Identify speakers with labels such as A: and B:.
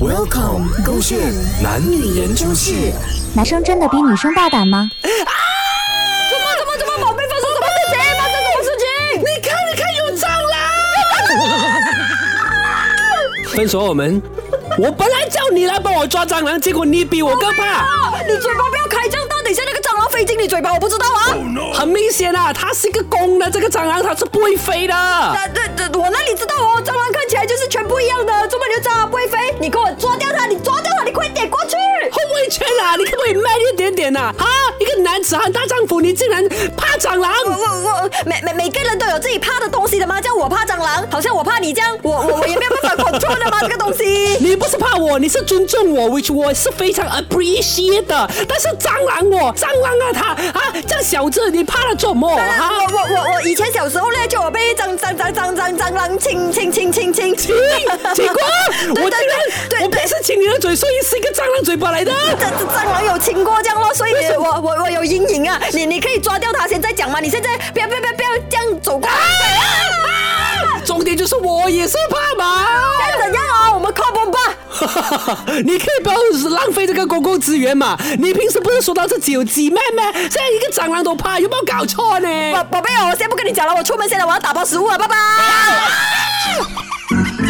A: Welcome，勾线男女研究室。
B: 男生真的比女生大胆吗？
C: 怎么怎么怎么，宝贝发生什么事情？发生什么事情？
A: 你看，你看，有蟑螂！
D: 分手我们，我本来叫你来帮我抓蟑螂，结果你比我更怕。
C: 你嘴巴不要开这样大，等一下那个蟑螂飞进你嘴巴，我不知道啊。
D: 很明显啊，它是一个公的，这个蟑螂它是不会飞的。
C: 那那呃那我哪里知道哦？蟑螂看起来就是全不一样的，怎么你就蟑螂不会飞？你给我抓掉它，你抓掉它，你快点过去。
D: 后卫圈啊，你可不可以慢一点点呐、啊？啊，一个男子汉大丈夫，你竟然怕蟑螂？
C: 我我我每每每个人都有自己怕的东西的吗？像我怕蟑螂，好像我怕你这样，我我我也没有办法 control 的吗？这个东西。
D: 你不是怕我，你是尊重我，which 我是非常 appreciate 的。但是蟑螂哦，蟑螂啊它啊，这样小子你怕它做么啊？
C: 我我我我以前小时候呢，就有被蟑蟑蟑蟑蟑蟑螂亲亲亲亲亲亲，
D: 结果我竟
C: 对
D: 然我不是亲你的嘴，所以是一个蟑螂嘴巴来的。
C: 这这蟑螂有亲过这样咯，所以我我我有阴影啊。你你可以抓掉它，先再讲嘛。你现在不要不要不要不要这样走过来。
D: 重点就是我也是怕嘛。
C: 要怎样啊？我们靠bomb 吧。
D: 你可以不要浪费这个公共资源嘛！你平时不是说到自己有鸡妹吗？现在一个蟑螂都怕，有没有搞错呢？
C: 宝宝贝哦，我先不跟你讲了，我出门先了，我要打包食物了，拜拜。